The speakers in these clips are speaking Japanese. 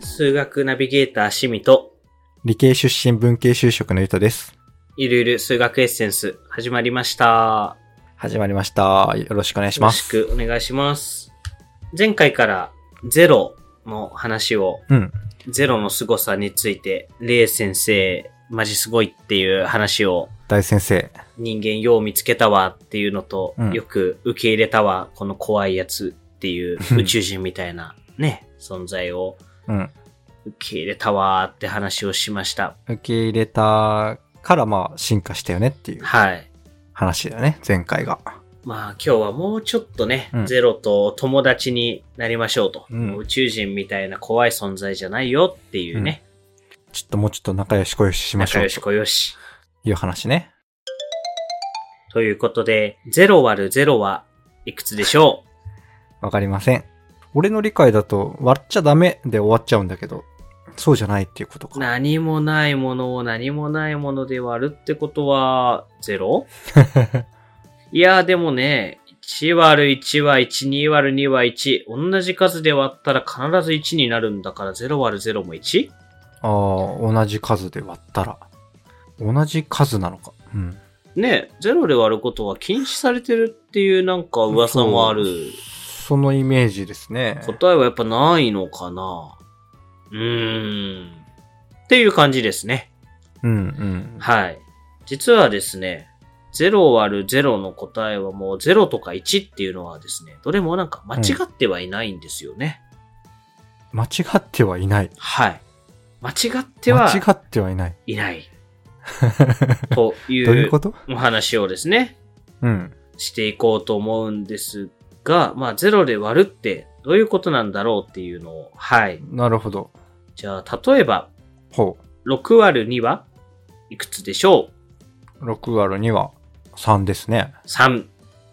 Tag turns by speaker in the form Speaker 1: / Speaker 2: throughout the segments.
Speaker 1: 数学ナビゲーター趣味と、
Speaker 2: 理系出身文系就職のゆとです。
Speaker 1: ゆるゆる数学エッセンス、始まりました。
Speaker 2: 始まりました。よろしくお願いし
Speaker 1: よろ
Speaker 2: ま
Speaker 1: し
Speaker 2: す。
Speaker 1: くお願いします。前回からゼロの話を、
Speaker 2: うん。
Speaker 1: ゼロの凄さについて、レイ先生、マジすごいっていう話を、
Speaker 2: 大先生。
Speaker 1: 人間よう見つけたわっていうのと、
Speaker 2: うん
Speaker 1: よく受け入れたわ、この怖いやつっていう宇宙人みたいなね、存在を
Speaker 2: うん。
Speaker 1: 受け入れたわって話をしました。
Speaker 2: 受け入れたから、まあ、進化したよねっていう
Speaker 1: はい。
Speaker 2: 話だよね、前回が。
Speaker 1: まあ今日はもうちょっとね、
Speaker 2: うん
Speaker 1: ゼロと友達になりましょうと、
Speaker 2: うん
Speaker 1: 宇宙人みたいな怖い存在じゃないよっていうね。
Speaker 2: ちょっともうちょっと仲良しこよししまし
Speaker 1: 仲
Speaker 2: ょう
Speaker 1: 良しこよし。
Speaker 2: という話ね。
Speaker 1: ということで、ゼロ割るゼロはいくつでしょう
Speaker 2: わかりません。俺の理解だと、割っちゃダメで終わっちゃうんだけど、そうじゃないっていうことか。
Speaker 1: 何もないものを何もないもので割るってことは、ゼ ロいや、でもね、1割る1は1、2割る2は1。同じ数で割ったら必ず1になるんだから、0割る0も 1?
Speaker 2: ああ、同じ数で割ったら。同じ数なのか。うん。
Speaker 1: ねえ、0で割ることは禁止されてるっていうなんか噂もある。
Speaker 2: そのイメージですね。
Speaker 1: 答えはやっぱないのかなうーん。っていう感じですね。
Speaker 2: うんうん。
Speaker 1: はい。実はですね、0割る0の答えはもう0とか1っていうのはですね、どれもなんか間違ってはいないんですよね。
Speaker 2: 間違ってはいない。
Speaker 1: はい。間違って
Speaker 2: 間
Speaker 1: は
Speaker 2: 違ってはいない。
Speaker 1: いない。とい
Speaker 2: どういう
Speaker 1: う
Speaker 2: こと
Speaker 1: お話をですね、
Speaker 2: うん。
Speaker 1: していこうと思うんですが、まあ0で割るってどういうことなんだろうっていうのを、はい。
Speaker 2: なるほど。
Speaker 1: じゃあ、例えば、
Speaker 2: ほ
Speaker 1: 6割る2はいくつでしょう
Speaker 2: う。6割る2は3ですね。
Speaker 1: ?3。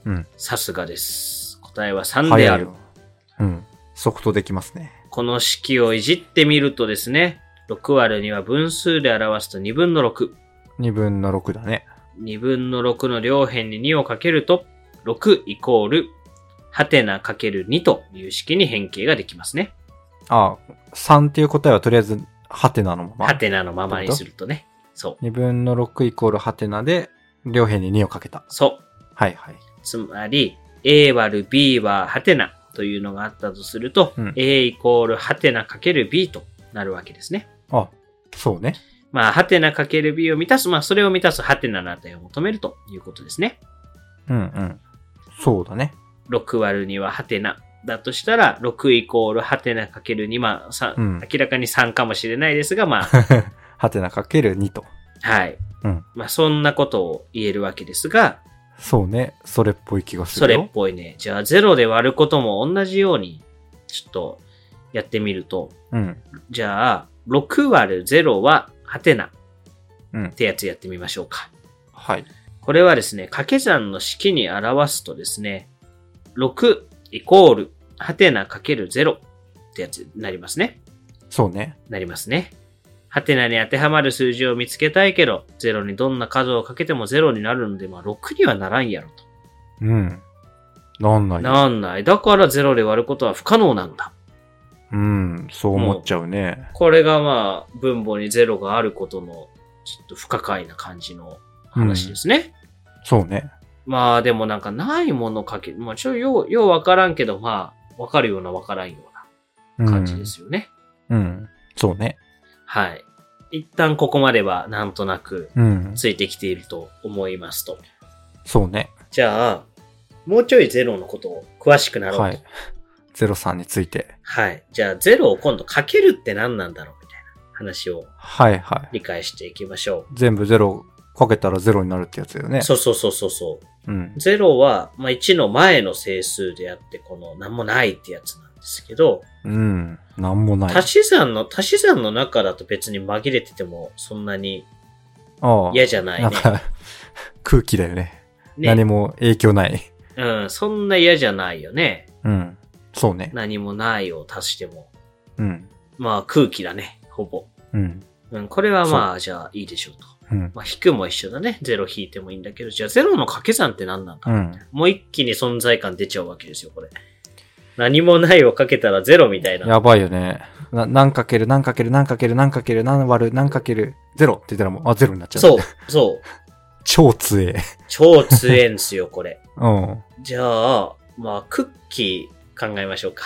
Speaker 2: うん。
Speaker 1: さすがです。答えは3で
Speaker 2: 早
Speaker 1: あ
Speaker 2: い
Speaker 1: る。
Speaker 2: よ。うん。即答できますね。
Speaker 1: この式をいじってみるとですね、6割る2は分数で表すと2分の6。
Speaker 2: 2分の6だね。
Speaker 1: 2分の6の両辺に2をかけると、6イコール、はてなかける2という式に変形ができますね。
Speaker 2: ああ、3っていう答えはとりあえず、ハテナのまま
Speaker 1: は。てなのままにするとね。そう。
Speaker 2: 2分の6イコールハテナで、両辺に2をかけた。
Speaker 1: そう。
Speaker 2: はいはい。
Speaker 1: つまり、A 割る B はハテナというのがあったとすると、
Speaker 2: うん
Speaker 1: A イコールハテナかける B となるわけですね。
Speaker 2: あ、そうね。
Speaker 1: まあ、ハテナかける B を満たす、まあ、それを満たすハテナの値を求めるということですね。
Speaker 2: うんうん。そうだね。
Speaker 1: 6割る2はハテナ。だとしたら、6イコールハテナかける2、まあ、さ
Speaker 2: うん
Speaker 1: 明らかに3かもしれないですが、ま あ、
Speaker 2: ハテナかける2と。
Speaker 1: はい。
Speaker 2: うん
Speaker 1: まあ、そんなことを言えるわけですが、
Speaker 2: そうね。それっぽい気がす
Speaker 1: そ
Speaker 2: る
Speaker 1: れ
Speaker 2: よ。
Speaker 1: っぽいね。じゃあ、0で割ることも同じように、ちょっと、やってみると、
Speaker 2: うん。
Speaker 1: じゃあ、6割る0はハテナ
Speaker 2: うん
Speaker 1: っ。てやつやってみましょうか。
Speaker 2: はい。
Speaker 1: これはですね、掛け算の式に表すとですね、6イコールハテナかける0ってやつになりますね。
Speaker 2: そうね。
Speaker 1: なりますね。ハテナに当てはまる数字を見つけたいけど、0にどんな数をかけても0になるので、まあ6にはならんやろと。
Speaker 2: うん。なんないよ
Speaker 1: なんない。だから0で割ることは不可能なんだ。
Speaker 2: うん、そう思っちゃうね。
Speaker 1: これがまあ、分母に0があることの、ちょっと不可解な感じの話ですね。
Speaker 2: そうね。
Speaker 1: まあでもなんかないものかけ、まあちょ、よう、ようわからんけど、まあ、わかるようなわからんよ
Speaker 2: う、
Speaker 1: うんな感じで。すよね。
Speaker 2: うん。そうね。
Speaker 1: はい。一旦ここまではなんとなく
Speaker 2: うん。
Speaker 1: ついてきていると思いますと。
Speaker 2: そうね。
Speaker 1: じゃあ、もうちょいゼロのことを詳しくなろうと。
Speaker 2: は
Speaker 1: はいい。。
Speaker 2: ゼロさんについて。
Speaker 1: じゃあ、ゼロを今度かけるって何なんだろうみたいな話を
Speaker 2: はいはい。
Speaker 1: 理解していきましょ
Speaker 2: 全部ゼロかけたらゼロになるってやつだよね。。
Speaker 1: う。そうそうそうそうそう
Speaker 2: ん
Speaker 1: う。。ゼロは、まあ1の前の整数であって、この何もないってやつなんですけど、
Speaker 2: うん。なんもない。
Speaker 1: 足し算の、足し算の中だと別に紛れててもそんなに
Speaker 2: ああ。
Speaker 1: 嫌じゃない
Speaker 2: なん
Speaker 1: ね。
Speaker 2: か、 空気だよね。何
Speaker 1: ね。
Speaker 2: も影響ない。
Speaker 1: うん、そんな嫌じゃないよね。
Speaker 2: うん。そうね。
Speaker 1: 何もないを足しても。
Speaker 2: うん。
Speaker 1: まあ空気だね、ほぼ。
Speaker 2: うん。
Speaker 1: うん、これはまあ、じゃあいいでしょうと。
Speaker 2: うん。
Speaker 1: まあ、引くも一緒だね。ゼロ引いてもいいんだけど、じゃあゼロの掛け算って何なんだ、
Speaker 2: うん。
Speaker 1: もう一気に存在感出ちゃうわけですよ、これ。何もないをかけたらゼロみたいな。
Speaker 2: やばいよね。な、何かける、何かける、何かける、何かける、何割る、何かける、ゼロって言ったらもう、あ、ゼロになっちゃう。う。
Speaker 1: そう、そう。
Speaker 2: 超強え。
Speaker 1: 超強えんすよ、これ。
Speaker 2: うん。
Speaker 1: じゃあ、まあ、クッキー考えましょうか。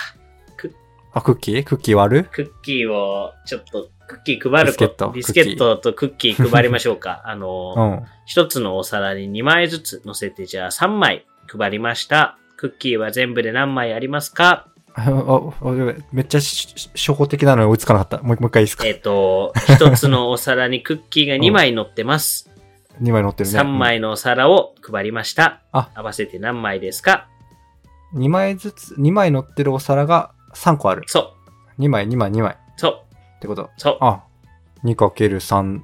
Speaker 2: あ、クッキークッキー割る
Speaker 1: クッキーを、ちょっと、クッキー配ること、
Speaker 2: ビ
Speaker 1: ビ
Speaker 2: ス
Speaker 1: ス
Speaker 2: ケ
Speaker 1: ケ
Speaker 2: ット
Speaker 1: ットとクッキー配りましょうか。あの
Speaker 2: う
Speaker 1: ー、
Speaker 2: ん。
Speaker 1: 一、つのお皿に2枚ずつ乗せて、じゃあ3枚配りました。クッキーは全部で何枚ありますか
Speaker 2: あ、あ、あやばいめっちゃしし初歩的なのに追いつかなかった。もうもう一回いいですか
Speaker 1: えっ、 と、一つのお皿にクッキーが2枚乗ってます。
Speaker 2: ?2 枚乗ってるね。
Speaker 1: 3枚のお皿を配りました。
Speaker 2: あ
Speaker 1: 合わせて何枚ですか
Speaker 2: うん。2枚ずつ、2枚乗ってるお皿が3個ある。
Speaker 1: そ
Speaker 2: 2枚、2枚、2枚。
Speaker 1: う、そう、
Speaker 2: ってこと。
Speaker 1: そう、
Speaker 2: あ、2×3。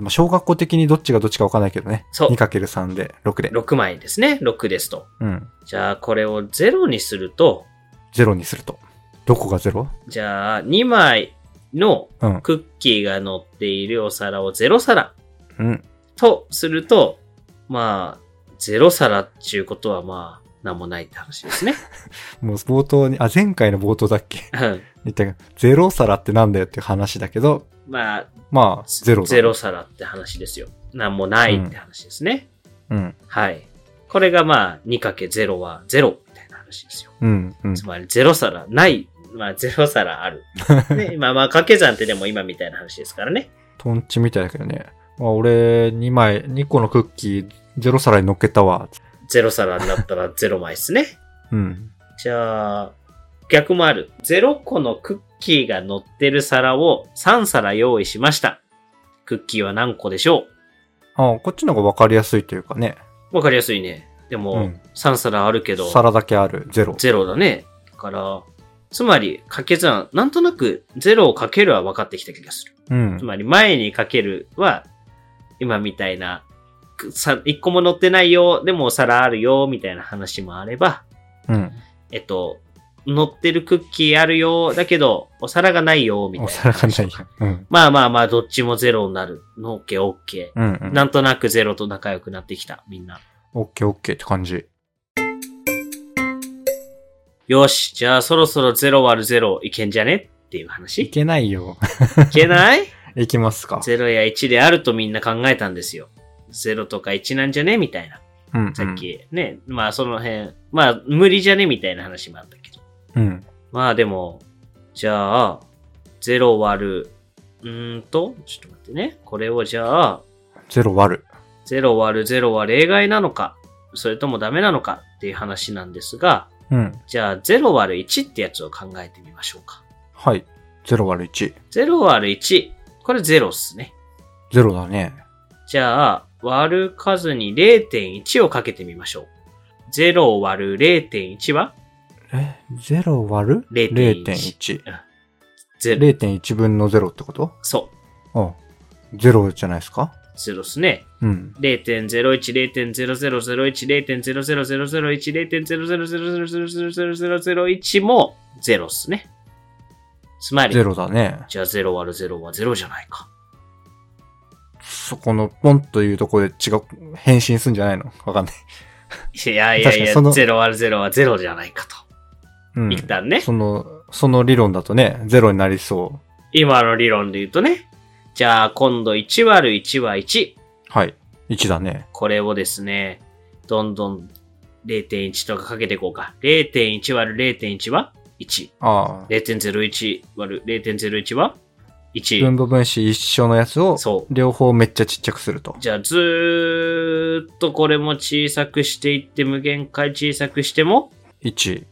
Speaker 2: まあ、小学校的にどっちがどっちかわかんないけどね。
Speaker 1: そう
Speaker 2: 2×3 で6で。
Speaker 1: 6枚ですね。6ですと。
Speaker 2: うん。
Speaker 1: じゃあ、これを0にすると、
Speaker 2: 0にすると。どこが 0?
Speaker 1: じゃあ、2枚の
Speaker 2: うん。
Speaker 1: クッキーが乗っているお皿を0皿
Speaker 2: うん。
Speaker 1: とすると、まあ、0皿っていうことはまあ、なんもないって話ですね。
Speaker 2: もう冒頭に、あ、前回の冒頭だっけ
Speaker 1: うん
Speaker 2: 言ったけど、ゼロ皿ってなんだよっていう話だけど、
Speaker 1: まあ、
Speaker 2: まあ、ゼロだ。
Speaker 1: ゼロ。皿って話ですよ。なんもないって話ですね。
Speaker 2: うん。
Speaker 1: はい。これがまあ、2×0 は0みたいな話ですよ。
Speaker 2: うん。うん。
Speaker 1: つまり、0皿ない。まあ、0皿 ある。ね、まあまあ、掛け算ってでも今みたいな話ですからね。
Speaker 2: トンチみたいだけどね。まあ、俺、2枚、2個のクッキー、ゼロ皿に乗っけたわ。
Speaker 1: 0皿になったら0枚ですね。
Speaker 2: うん。
Speaker 1: じゃあ、逆もある。0個のクッキーが乗ってる皿を3皿用意しました。クッキーは何個でしょ
Speaker 2: あこっちの方が分かりやすいというかね。
Speaker 1: うわかりやすいね。で
Speaker 2: う
Speaker 1: も
Speaker 2: ん、
Speaker 1: 3皿あるけど、
Speaker 2: 皿だけある、ゼロ。
Speaker 1: 0だね。だから、つまり、掛け算、なんとなく0をかけるは分かってきた気がする。
Speaker 2: うん
Speaker 1: つ。まり、前にかけるは、今みたいな、1個も乗ってないよ、でも皿あるよ、みたいな話もあれば、
Speaker 2: うん。
Speaker 1: えっと、乗ってるクッキーあるよ、だけど、お皿がないよ、みたい
Speaker 2: お
Speaker 1: な。
Speaker 2: 皿がない。うん。
Speaker 1: まあまあまあ、どっちもゼロになる。オッケーオッケ
Speaker 2: うん、う
Speaker 1: ー。
Speaker 2: ん。
Speaker 1: なんとなくゼロと仲良くなってきた、みんな。
Speaker 2: オッケーオッケーって感じ。
Speaker 1: よし、じゃあそろそろゼロ割るゼロいけんじゃねっていう話。
Speaker 2: い
Speaker 1: い
Speaker 2: けないよ。
Speaker 1: けない
Speaker 2: いきますか。
Speaker 1: ゼロや1であるとみんな考えたんですよ。ゼロとか1なんじゃねみたいな。
Speaker 2: うん、うん。
Speaker 1: さっ。きね、まあその辺、まあ無理じゃねみたいな話もあったけど。
Speaker 2: うん。
Speaker 1: まあでも、じゃあ、ゼロ割る、うーんと、ちょっと待ってね。これをじゃあ、
Speaker 2: ゼロ割る。
Speaker 1: 0割る0は例外なのか、それともダメなのかっていう話なんですが、
Speaker 2: うん。
Speaker 1: じゃあ0割る1ってやつを考えてみましょうか。
Speaker 2: はい。ゼロ割る1。
Speaker 1: 0割る1。これ0っすね。
Speaker 2: ゼロだね。
Speaker 1: じゃあ、割る数に0.1をかけてみましょう。0割る0.1は
Speaker 2: え、ゼロ割る
Speaker 1: 0.1
Speaker 2: 0.1。
Speaker 1: 0。
Speaker 2: 0.1分のゼロってこと
Speaker 1: そ
Speaker 2: うん。ゼロじゃないですか
Speaker 1: う。0っすね。
Speaker 2: うん。
Speaker 1: 0.01、0.0001、0.00001、0.000000001も0っすね。つまり、
Speaker 2: ゼロだね。
Speaker 1: じゃあ0割る0は0じゃないか。
Speaker 2: そこのポンというところで違う、変身すんじゃないのわかんない。
Speaker 1: いやいやいや、
Speaker 2: 確かにそ
Speaker 1: 0割る0は0じゃないかと。
Speaker 2: うん。
Speaker 1: 一旦ね、
Speaker 2: その、その理論だとね、ゼロになりそ
Speaker 1: 今の理論で言うとね、じゃあ今度1割る1は1。
Speaker 2: う。はい。1だね。
Speaker 1: これをですね、どんどん0.1とかかけていこうか。0.1割る0.1は1。
Speaker 2: ああ。
Speaker 1: 0.01割る0.01は1
Speaker 2: 分。母分子一緒のやつを、
Speaker 1: そう。
Speaker 2: 両方めっちゃちっちゃくすると。
Speaker 1: じゃあずーっとこれも小さくしていって無限回小さくしても、
Speaker 2: 1。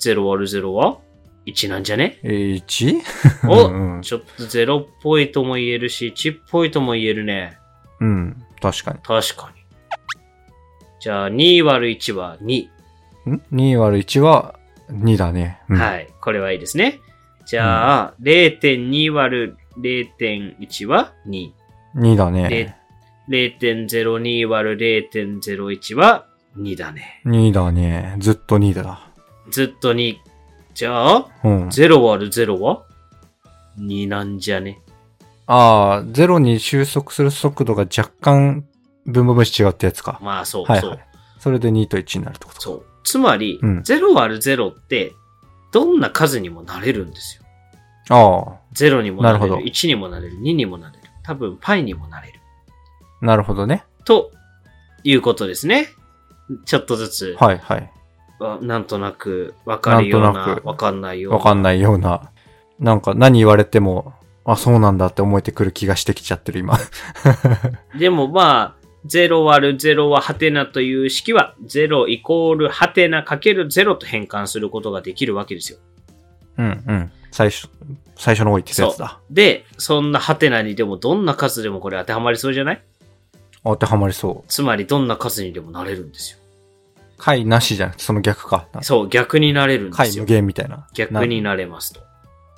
Speaker 1: 0割る0は1なんじゃね
Speaker 2: えー 1?
Speaker 1: お、
Speaker 2: うんうん
Speaker 1: ちょっとゼロっぽいとも言えるし、1っぽいとも言えるね。
Speaker 2: うん。確かに。
Speaker 1: 確かに。じゃあ、2割1は2。
Speaker 2: ん ?2 割る1は2だね。うん、。
Speaker 1: はいい。これはいいですね。じゃあ、0.2割る0.1は2。
Speaker 2: 2だ
Speaker 1: で
Speaker 2: ね。
Speaker 1: 0.02割る0.01は2だね。
Speaker 2: 2だね。ずっと2だ。
Speaker 1: ずっと2。じゃあ、
Speaker 2: うん。
Speaker 1: 0割る0は2なんじゃね。
Speaker 2: ああ、ゼロに収束する速度が若干分母分子違うってやつか。
Speaker 1: まあ、そう、
Speaker 2: はい
Speaker 1: そう
Speaker 2: は。い。それで2と1になるってことか。
Speaker 1: そう。つまり、
Speaker 2: うん
Speaker 1: 0割る0って、どんな数にもなれるんですよ。
Speaker 2: あ
Speaker 1: 0にもなれる
Speaker 2: なるほど
Speaker 1: 1にもなれる、2にもなれる、多分パイにもなれる。
Speaker 2: あ、なるほどね。
Speaker 1: ということですね。ちょっとずつ、
Speaker 2: はいはい。
Speaker 1: あなんとなくわかるような、
Speaker 2: なんとなく
Speaker 1: わかんないような。
Speaker 2: わかんないような、なんか何言われても、あ、そうなんだって思えてくる気がしてきちゃってる今。
Speaker 1: でもまあ、0割る0はハテナという式は、0イコールハテナかける0と変換することができるわけですよ。
Speaker 2: うんうん。最初、最初の多いってやつだ。
Speaker 1: で、そんなハテナにでもどんな数でもこれ当てはまりそうじゃない
Speaker 2: 当てはまりそ
Speaker 1: つまりどんな数にでもなれるんです
Speaker 2: う。解なしじゃん。その逆か。
Speaker 1: よ。そう、逆になれるんで
Speaker 2: 解
Speaker 1: す
Speaker 2: 無
Speaker 1: よ。
Speaker 2: 限みたいな。
Speaker 1: 逆になれますと。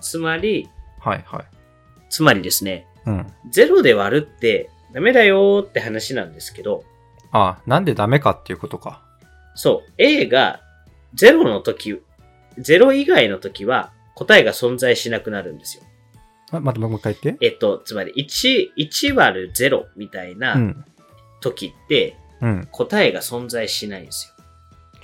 Speaker 1: つまり、
Speaker 2: はいはい。
Speaker 1: つまりですね、
Speaker 2: うん。
Speaker 1: 0で割るってダメだよーって話なんですけど、
Speaker 2: あなんでダメかっていうことか。
Speaker 1: そう、A が0の時、0以外の時は答えが存在しなくなるんですよ。
Speaker 2: あ、待って、もう一回言って。。
Speaker 1: えっと、つまり1、1割る0みたいうなん時って
Speaker 2: うん。
Speaker 1: 答えが存在しないんですよ。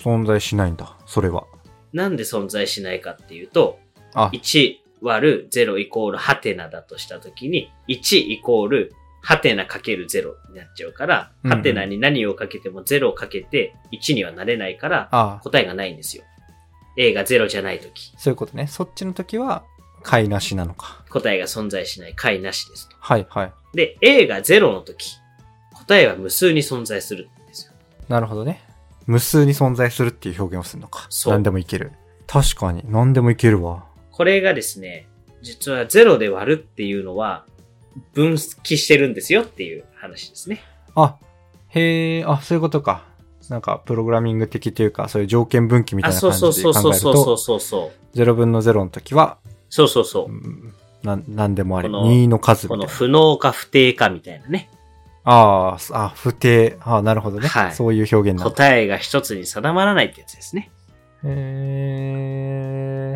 Speaker 2: 存在しないんだ。それは。
Speaker 1: なんで存在しないかっていうと、
Speaker 2: あ、
Speaker 1: 1割る0イコールハテナだとしたときに、1イコールハテナかける0になっちゃうから、
Speaker 2: うんうん
Speaker 1: ハテナに何をかけても0をかけて1にはなれないから、
Speaker 2: あ
Speaker 1: 答えがないんですよ。A が0じゃないとき、
Speaker 2: そういうことね。そっちの時は、解なしなのか。
Speaker 1: 答えが存在しない解なしですと。
Speaker 2: はいはい。
Speaker 1: で、A が0のとき、答えは無数に存在するんですよ。
Speaker 2: なるほどね。無数に存在するっていう表現をするのか。
Speaker 1: そう
Speaker 2: 何でもいける。確かに、何でもいけるわ。
Speaker 1: これがですね、実は0で割るっていうのは、分岐してるんですよっていう話ですね。
Speaker 2: あ、へえ、あ、そういうことか。なんか、プログラミング的というか、そういう条件分岐みたい
Speaker 1: あ、
Speaker 2: な
Speaker 1: そ
Speaker 2: 感
Speaker 1: う
Speaker 2: じ
Speaker 1: そう
Speaker 2: で
Speaker 1: そ
Speaker 2: 考
Speaker 1: うそう
Speaker 2: える
Speaker 1: そう
Speaker 2: と、
Speaker 1: そうそう。
Speaker 2: 0分の0の時は、
Speaker 1: そうそうそうう。
Speaker 2: んなん、何でもあり、
Speaker 1: この
Speaker 2: 2の数み
Speaker 1: こ
Speaker 2: たい
Speaker 1: の
Speaker 2: な。
Speaker 1: 不能か不定かみたいなね。
Speaker 2: あーあ、不定。あーなるほどね。
Speaker 1: はい
Speaker 2: そういう表現なんだ。
Speaker 1: 答えが一つに定まらないってやつですね。
Speaker 2: へ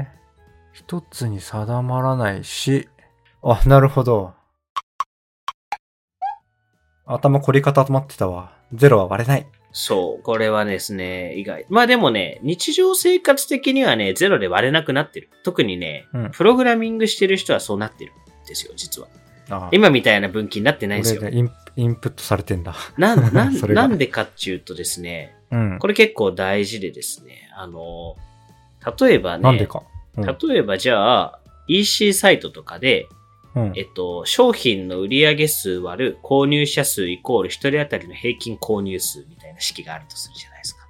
Speaker 2: え、一つに定まらないし、あ、なるほど。頭凝り固まってたわ。ゼロは割れない。
Speaker 1: そう。これはですね、意外。まあでもね、日常生活的にはね、ゼロで割れなくなってる。特にね、
Speaker 2: うん
Speaker 1: プログラミングしてる人はそうなってるんですよ、実は。
Speaker 2: あー、
Speaker 1: 今みたいな分岐になってないんです
Speaker 2: これ
Speaker 1: よ。
Speaker 2: でインプインプットされてんだ。
Speaker 1: な、 な
Speaker 2: そ
Speaker 1: ん、
Speaker 2: れ
Speaker 1: な
Speaker 2: が
Speaker 1: んでかっていうとですね、
Speaker 2: うん。
Speaker 1: これ結構大事でですね、あの、例えばね、
Speaker 2: なんでか。うん
Speaker 1: 例えばじゃあ、EC サイトとかで、
Speaker 2: うん
Speaker 1: えっと、商品の売上数割る購入者数イコール1人当たりの平均購入数みたいな式があるとするじゃないですか。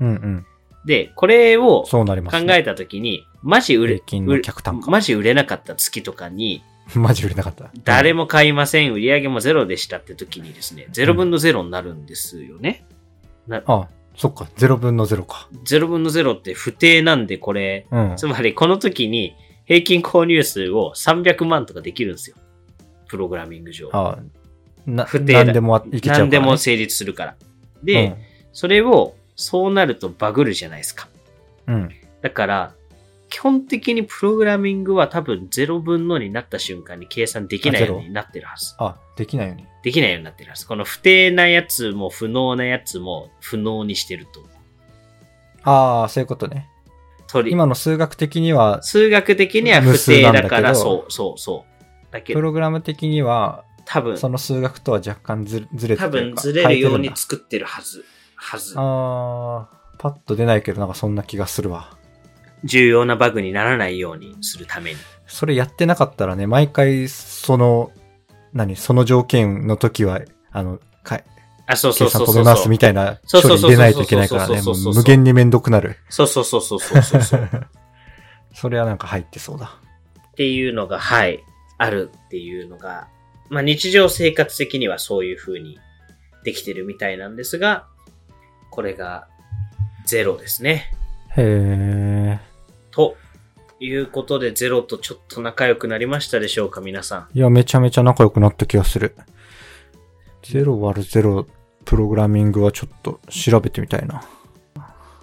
Speaker 2: うんうん。
Speaker 1: で、これを考
Speaker 2: そうなります、ね。
Speaker 1: えたときに、マジ売れ
Speaker 2: 平、均
Speaker 1: 売
Speaker 2: の
Speaker 1: れ
Speaker 2: 客単価。
Speaker 1: マジ売れなかった月とかに、
Speaker 2: マジ売れなかった。
Speaker 1: 誰
Speaker 2: も。
Speaker 1: も買いません、売上もゼロでしたって時にですね、0分の0になるんですよね。
Speaker 2: あ、そっか。ゼロ分のゼロか。
Speaker 1: 0分の0って不定なんでこれ、
Speaker 2: うん
Speaker 1: つ。まりこの時に平均購入数を300万とかできるんですよ。プログラミング上。
Speaker 2: あな、
Speaker 1: 不定だ
Speaker 2: 何でもいけちゃうから、
Speaker 1: 何
Speaker 2: ね。
Speaker 1: でも成立するから。で、それを、そうなるとバグるじゃないですか。
Speaker 2: うん、うん。
Speaker 1: だから、基本的にプログラミングは多分0分のになった瞬間に計算できない
Speaker 2: あゼ
Speaker 1: よ
Speaker 2: ロ
Speaker 1: うになってるはず。
Speaker 2: あ、できないように。
Speaker 1: できないようになってるはず。この不定なやつも不能なやつも不能にしてると。
Speaker 2: ああ、そういうことね。
Speaker 1: 取り、
Speaker 2: 今の数学的には、
Speaker 1: 数学的には不
Speaker 2: 無数
Speaker 1: 定
Speaker 2: なんだ
Speaker 1: だ
Speaker 2: けど
Speaker 1: から、そう、そう、そう。だけ
Speaker 2: プ
Speaker 1: ど、
Speaker 2: ログラム的には、
Speaker 1: 多分、
Speaker 2: その数学とは若干ずずれて
Speaker 1: 多
Speaker 2: るという
Speaker 1: 分
Speaker 2: か。
Speaker 1: ずれるよう
Speaker 2: 変
Speaker 1: に
Speaker 2: えて
Speaker 1: 作ってるはず。はず
Speaker 2: るんだ。。ああ、パッと出ないけど、なんかそんな気がするわ。
Speaker 1: 重要なバグにならないようにするために。
Speaker 2: それやってなかったらね、毎回、その、何、その条件の時は、あの、か
Speaker 1: あ、そうそ
Speaker 2: 計
Speaker 1: うそ
Speaker 2: 算
Speaker 1: う
Speaker 2: と
Speaker 1: そう
Speaker 2: ど
Speaker 1: そ
Speaker 2: な
Speaker 1: う。
Speaker 2: すみたいな
Speaker 1: そう
Speaker 2: 処
Speaker 1: そう
Speaker 2: 理
Speaker 1: そう
Speaker 2: 出ないといけないからね、
Speaker 1: そ
Speaker 2: も
Speaker 1: うそうそうそうそうそう
Speaker 2: う無限にめんどくなる。
Speaker 1: そうそうそうそうそうそうそう。
Speaker 2: それはなんか入ってそうだ。
Speaker 1: っていうのが、はい、あるっていうのが、まあ日常生活的にはそういう風にできてるみたいなんですが、これがゼロですね。
Speaker 2: へえ。
Speaker 1: ということでゼロとちょっと仲良くなりましたでしょうか、皆さん。
Speaker 2: いや、めちゃめちゃ仲良くなった気がする。0割る0プログラミングはちょっと調べてみたいな。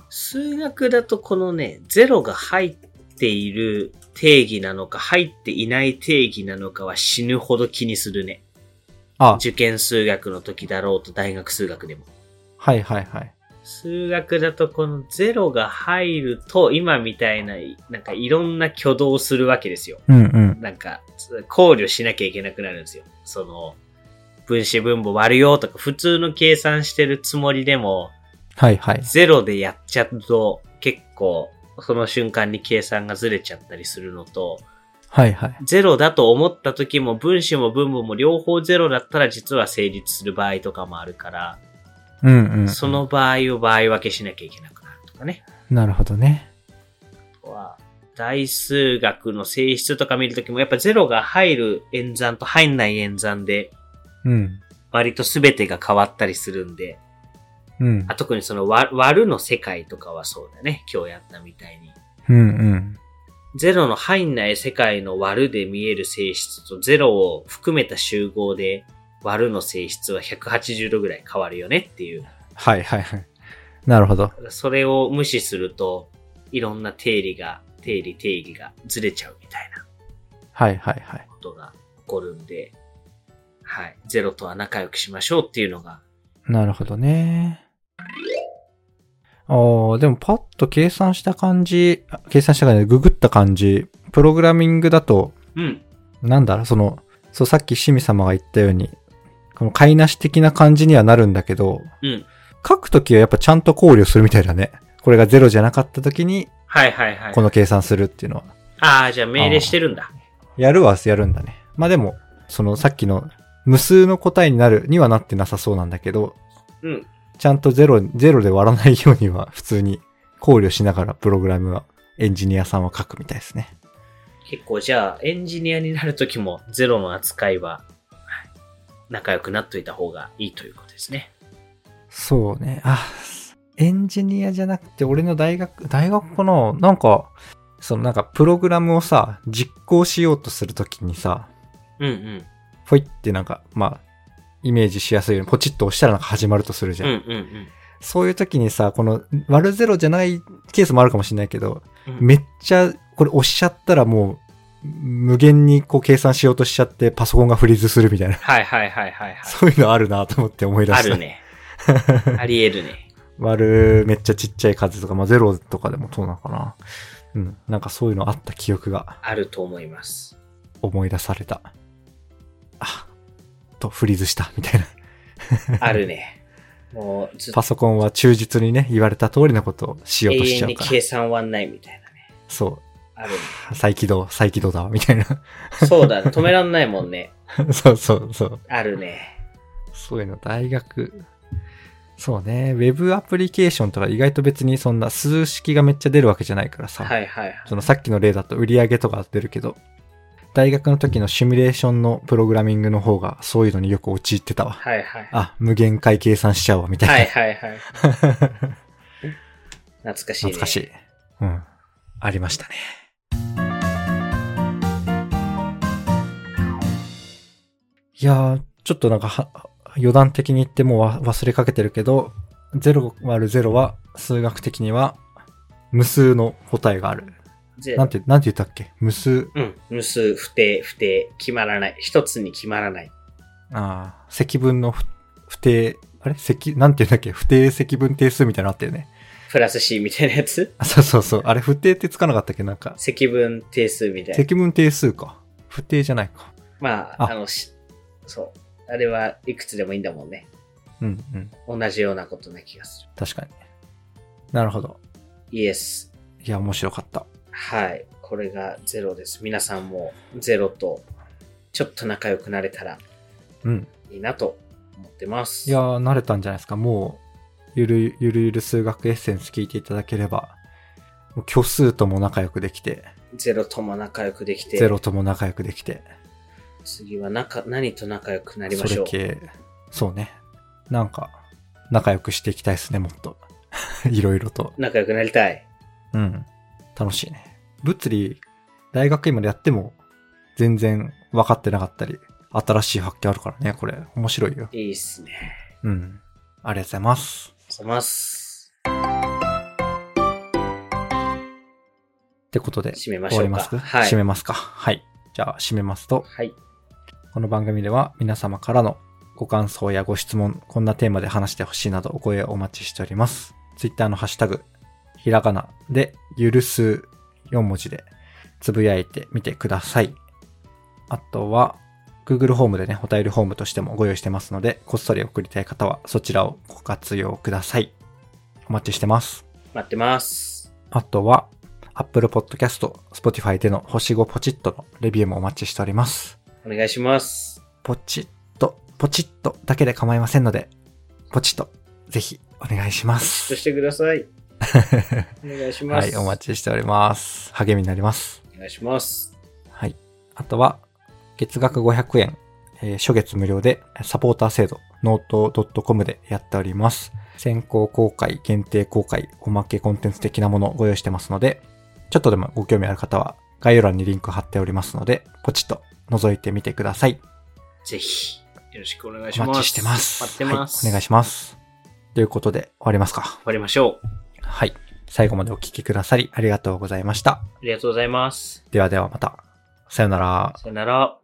Speaker 1: 数学だとこのね、ゼロが入っている定義なのか、入っていない定義なのかは死ぬほど気にするね。
Speaker 2: あ、
Speaker 1: 受験数学の時だろうと大学数学でも。
Speaker 2: はいはいはい。
Speaker 1: 数学だとこの0が入ると、今みたいな、なんかいろんな挙動をするわけですよ。
Speaker 2: うんうん。
Speaker 1: なんか、考慮しなきゃいけなくなるんですよ。その、分子分母割るよとか、普通の計算してるつもりでも、
Speaker 2: はいはい。
Speaker 1: ゼロでやっちゃうと、結構、その瞬間に計算がずれちゃったりするのと、
Speaker 2: はいはい。
Speaker 1: ゼロだと思った時も分子も分母も両方ゼロだったら実は成立する場合とかもあるから、
Speaker 2: うんうん。
Speaker 1: その場合を場合分けしなきゃいけなくなるとかね。
Speaker 2: なるほどね。
Speaker 1: あとは、大数学の性質とか見るときもやっぱゼロが入る演算と入んない演算で
Speaker 2: うん。
Speaker 1: 割と全てが変わったりするんで、
Speaker 2: うん
Speaker 1: あ。特にその割割るの世界とかはそうだね。今日やったみたいに。
Speaker 2: うんうん。
Speaker 1: ゼロの入んない世界の割るで見える性質とゼロを含めた集合で割るの性質は180度ぐらい変わるよねっていう。
Speaker 2: はいはいはい。なるほど。
Speaker 1: それを無視するといろんな定理が、定理定義がずれちゃうみたいな
Speaker 2: はいはいはい。
Speaker 1: ことが起こるんで、はい。ゼロとは仲良くしましょうっていうのが、
Speaker 2: なるほどね。あーでもパッと計算した感じ、あ計算した感じ、ググった感じ、プログラミングだと、
Speaker 1: うん。
Speaker 2: なんだろう、その、そうさっきシミ様が言ったように、この買いなし的な感じにはなるんだけど、
Speaker 1: うん。
Speaker 2: 書くときはやっぱちゃんと考慮するみたいだね。これがゼロじゃなかったときに、
Speaker 1: はいはいはい
Speaker 2: こ。の計算するっていうのは。
Speaker 1: ああ、じゃあ命令してるんだ。
Speaker 2: やるはやるんだね。まあでも、そのさっきの無数の答えになるにはなってなさそうなんだけど、
Speaker 1: うん。
Speaker 2: ちゃんとゼロ、ゼロで割らないようには普通に考慮しながらプログラムは、エンジニアさんは書くみたいですね。
Speaker 1: 結構じゃあエンジニアになるときもゼロの扱いははい仲良くなっといた方がいいということですね。
Speaker 2: そうね。あ、エンジニアじゃなくて俺の大学、大学かななんか、そのなんかプログラムをさ、実行しようとするときにさ、
Speaker 1: うんうん。
Speaker 2: ポイってなんか、まあ、イメージしやすいようにポチッと押したらなんか始まるとするじ
Speaker 1: う
Speaker 2: ゃ
Speaker 1: ん
Speaker 2: ん。
Speaker 1: うん
Speaker 2: そういう時にさ、この、割るゼロじゃないケースもあるかもしれないけど、
Speaker 1: うん。
Speaker 2: めっちゃ、これ押しちゃったらもう、無限にこう計算しようとしちゃって、パソコンがフリーズするみた いな。
Speaker 1: はいはいはいはいはい。
Speaker 2: そういうのあるなと思って思い出した。
Speaker 1: ある。ね。 ありえるね。
Speaker 2: 割るめっちゃちっちゃい数とか、まあ、ゼロとかでもそうなのかな。うん。なんかそういうのあった記憶が
Speaker 1: あると思います。
Speaker 2: 思い出された。あ、と、フリーズした、みたいな。
Speaker 1: ある ね。もうずっ
Speaker 2: パ
Speaker 1: と
Speaker 2: ソコンは忠実にね、言われた通りのことをしようと
Speaker 1: 永
Speaker 2: しち
Speaker 1: 遠
Speaker 2: ゃう
Speaker 1: に
Speaker 2: から
Speaker 1: 計。算終わんないみたいなね。
Speaker 2: そ
Speaker 1: あるね。
Speaker 2: う。再起動、再起動だわ、みたいな。
Speaker 1: そうだ、止めらんないもんね。
Speaker 2: そうそうそう。
Speaker 1: あるね。
Speaker 2: そういうの、大学。そうね。ウェブアプリケーションとか意外と別にそんな数式がめっちゃ出るわけじゃないからさ。
Speaker 1: はいはいはい。
Speaker 2: そのさっきの例だと売り上げとか出るけど、大学の時のシミュレーションのプログラミングの方がそういうのによく陥ってたわ。
Speaker 1: はいはい。
Speaker 2: あ、無限回計算しちゃうわ、みたいな。
Speaker 1: はいはい はい。懐かしいね。
Speaker 2: 懐かしい。うん。ありましたね。いやー、ちょっとなんかは、余談的に言ってもうわ忘れかけてるけど、0÷0は数学的には無数の答えがある。
Speaker 1: ゼロ
Speaker 2: なんて、なんて言ったっけ無数。
Speaker 1: うん。無数、不定、不定、決まらない。一つに決まらない。
Speaker 2: ああ、積分の不不定、あれ積、なんて言うんだっけ不定積分定数みたいなのあったよね。
Speaker 1: プラス C みたいなやつ
Speaker 2: あそうそうそう。あれ不定ってつかなかったっけなんか。
Speaker 1: 積分定数みたいな。
Speaker 2: 積分定数か。不定じゃないか。
Speaker 1: まあ、
Speaker 2: あ
Speaker 1: あの、しそう。あれはいくつでもいいんだもんね。
Speaker 2: うんうん。
Speaker 1: 同じようなことな気がする。
Speaker 2: 確かに。なるほど。
Speaker 1: イエス。
Speaker 2: いや、面白かった。
Speaker 1: はい。これがゼロです。皆さんもゼロとちょっと仲良くなれたら
Speaker 2: うん。
Speaker 1: いいなと思ってます。
Speaker 2: いや、ー、慣れたんじゃないですか。もう、ゆるゆるゆる数学エッセンス聞いていただければ、もう虚数とも仲良くできて、
Speaker 1: ゼロとも仲良くできて、
Speaker 2: ゼロとも仲良くできて、
Speaker 1: 次は仲何と仲良くなりま
Speaker 2: そ
Speaker 1: しょ
Speaker 2: れ
Speaker 1: う。
Speaker 2: 系、そうね。なんか、仲良くしていきたいですね、もっと。 いろいろと。
Speaker 1: 仲良くなりたい。
Speaker 2: うん。楽しいね。物理、大学院までやっても、全然分かってなかったり、新しい発見あるからね、これ。面白いよ。
Speaker 1: いいっすね。
Speaker 2: うん。ありがとうございま
Speaker 1: あ
Speaker 2: す。
Speaker 1: りがとうございます。
Speaker 2: ってことで、
Speaker 1: 締めまし
Speaker 2: 終
Speaker 1: ょうか。
Speaker 2: わりますか、
Speaker 1: はい。
Speaker 2: 締めますかはい。じゃあ、締めますと、
Speaker 1: はい。
Speaker 2: この番組では皆様からのご感想やご質問、こんなテーマで話してほしいなどお声をお待ちしております。ツイッターのハッシュタグ、ひらがなで、ゆるす4文字でつぶやいてみてください。あとは、Google ホームでね、お便りホームとしてもご用意してますので、こっそり送りたい方はそちらをご活用ください。お待ちしてます。
Speaker 1: 待ってます。
Speaker 2: あとは、Apple Podcast、Spotify での星5ポチッとのレビューもお待ちしております。
Speaker 1: お願いします。
Speaker 2: ポチッと、ポチッとだけで構いませんので、ポチッと、ぜひお願いしま
Speaker 1: そ
Speaker 2: す
Speaker 1: し。てくださ い。お願いしま
Speaker 2: は
Speaker 1: す。
Speaker 2: い、お待ちしております。励みになります。
Speaker 1: お願いします。
Speaker 2: はい。あとは、月額500円、えー初月無料でサポーター制度、ノート .com でやっております。先行公開、限定公開、おまけコンテンツ的なものをご用意してますので、ちょっとでもご興味ある方は概要欄にリンク貼っておりますので、ポチッと覗いてみてください。
Speaker 1: ぜひ、よろしくお願いし
Speaker 2: お
Speaker 1: ます。
Speaker 2: 待ちしてます。
Speaker 1: 待ってます。
Speaker 2: はい、お願いします。ということで、終わりますか
Speaker 1: 終。わりましょう。
Speaker 2: はい。最後までお聞きくださりありがとうございました。
Speaker 1: ありがとうございます。
Speaker 2: ではではまた。さよなら。
Speaker 1: さよなら。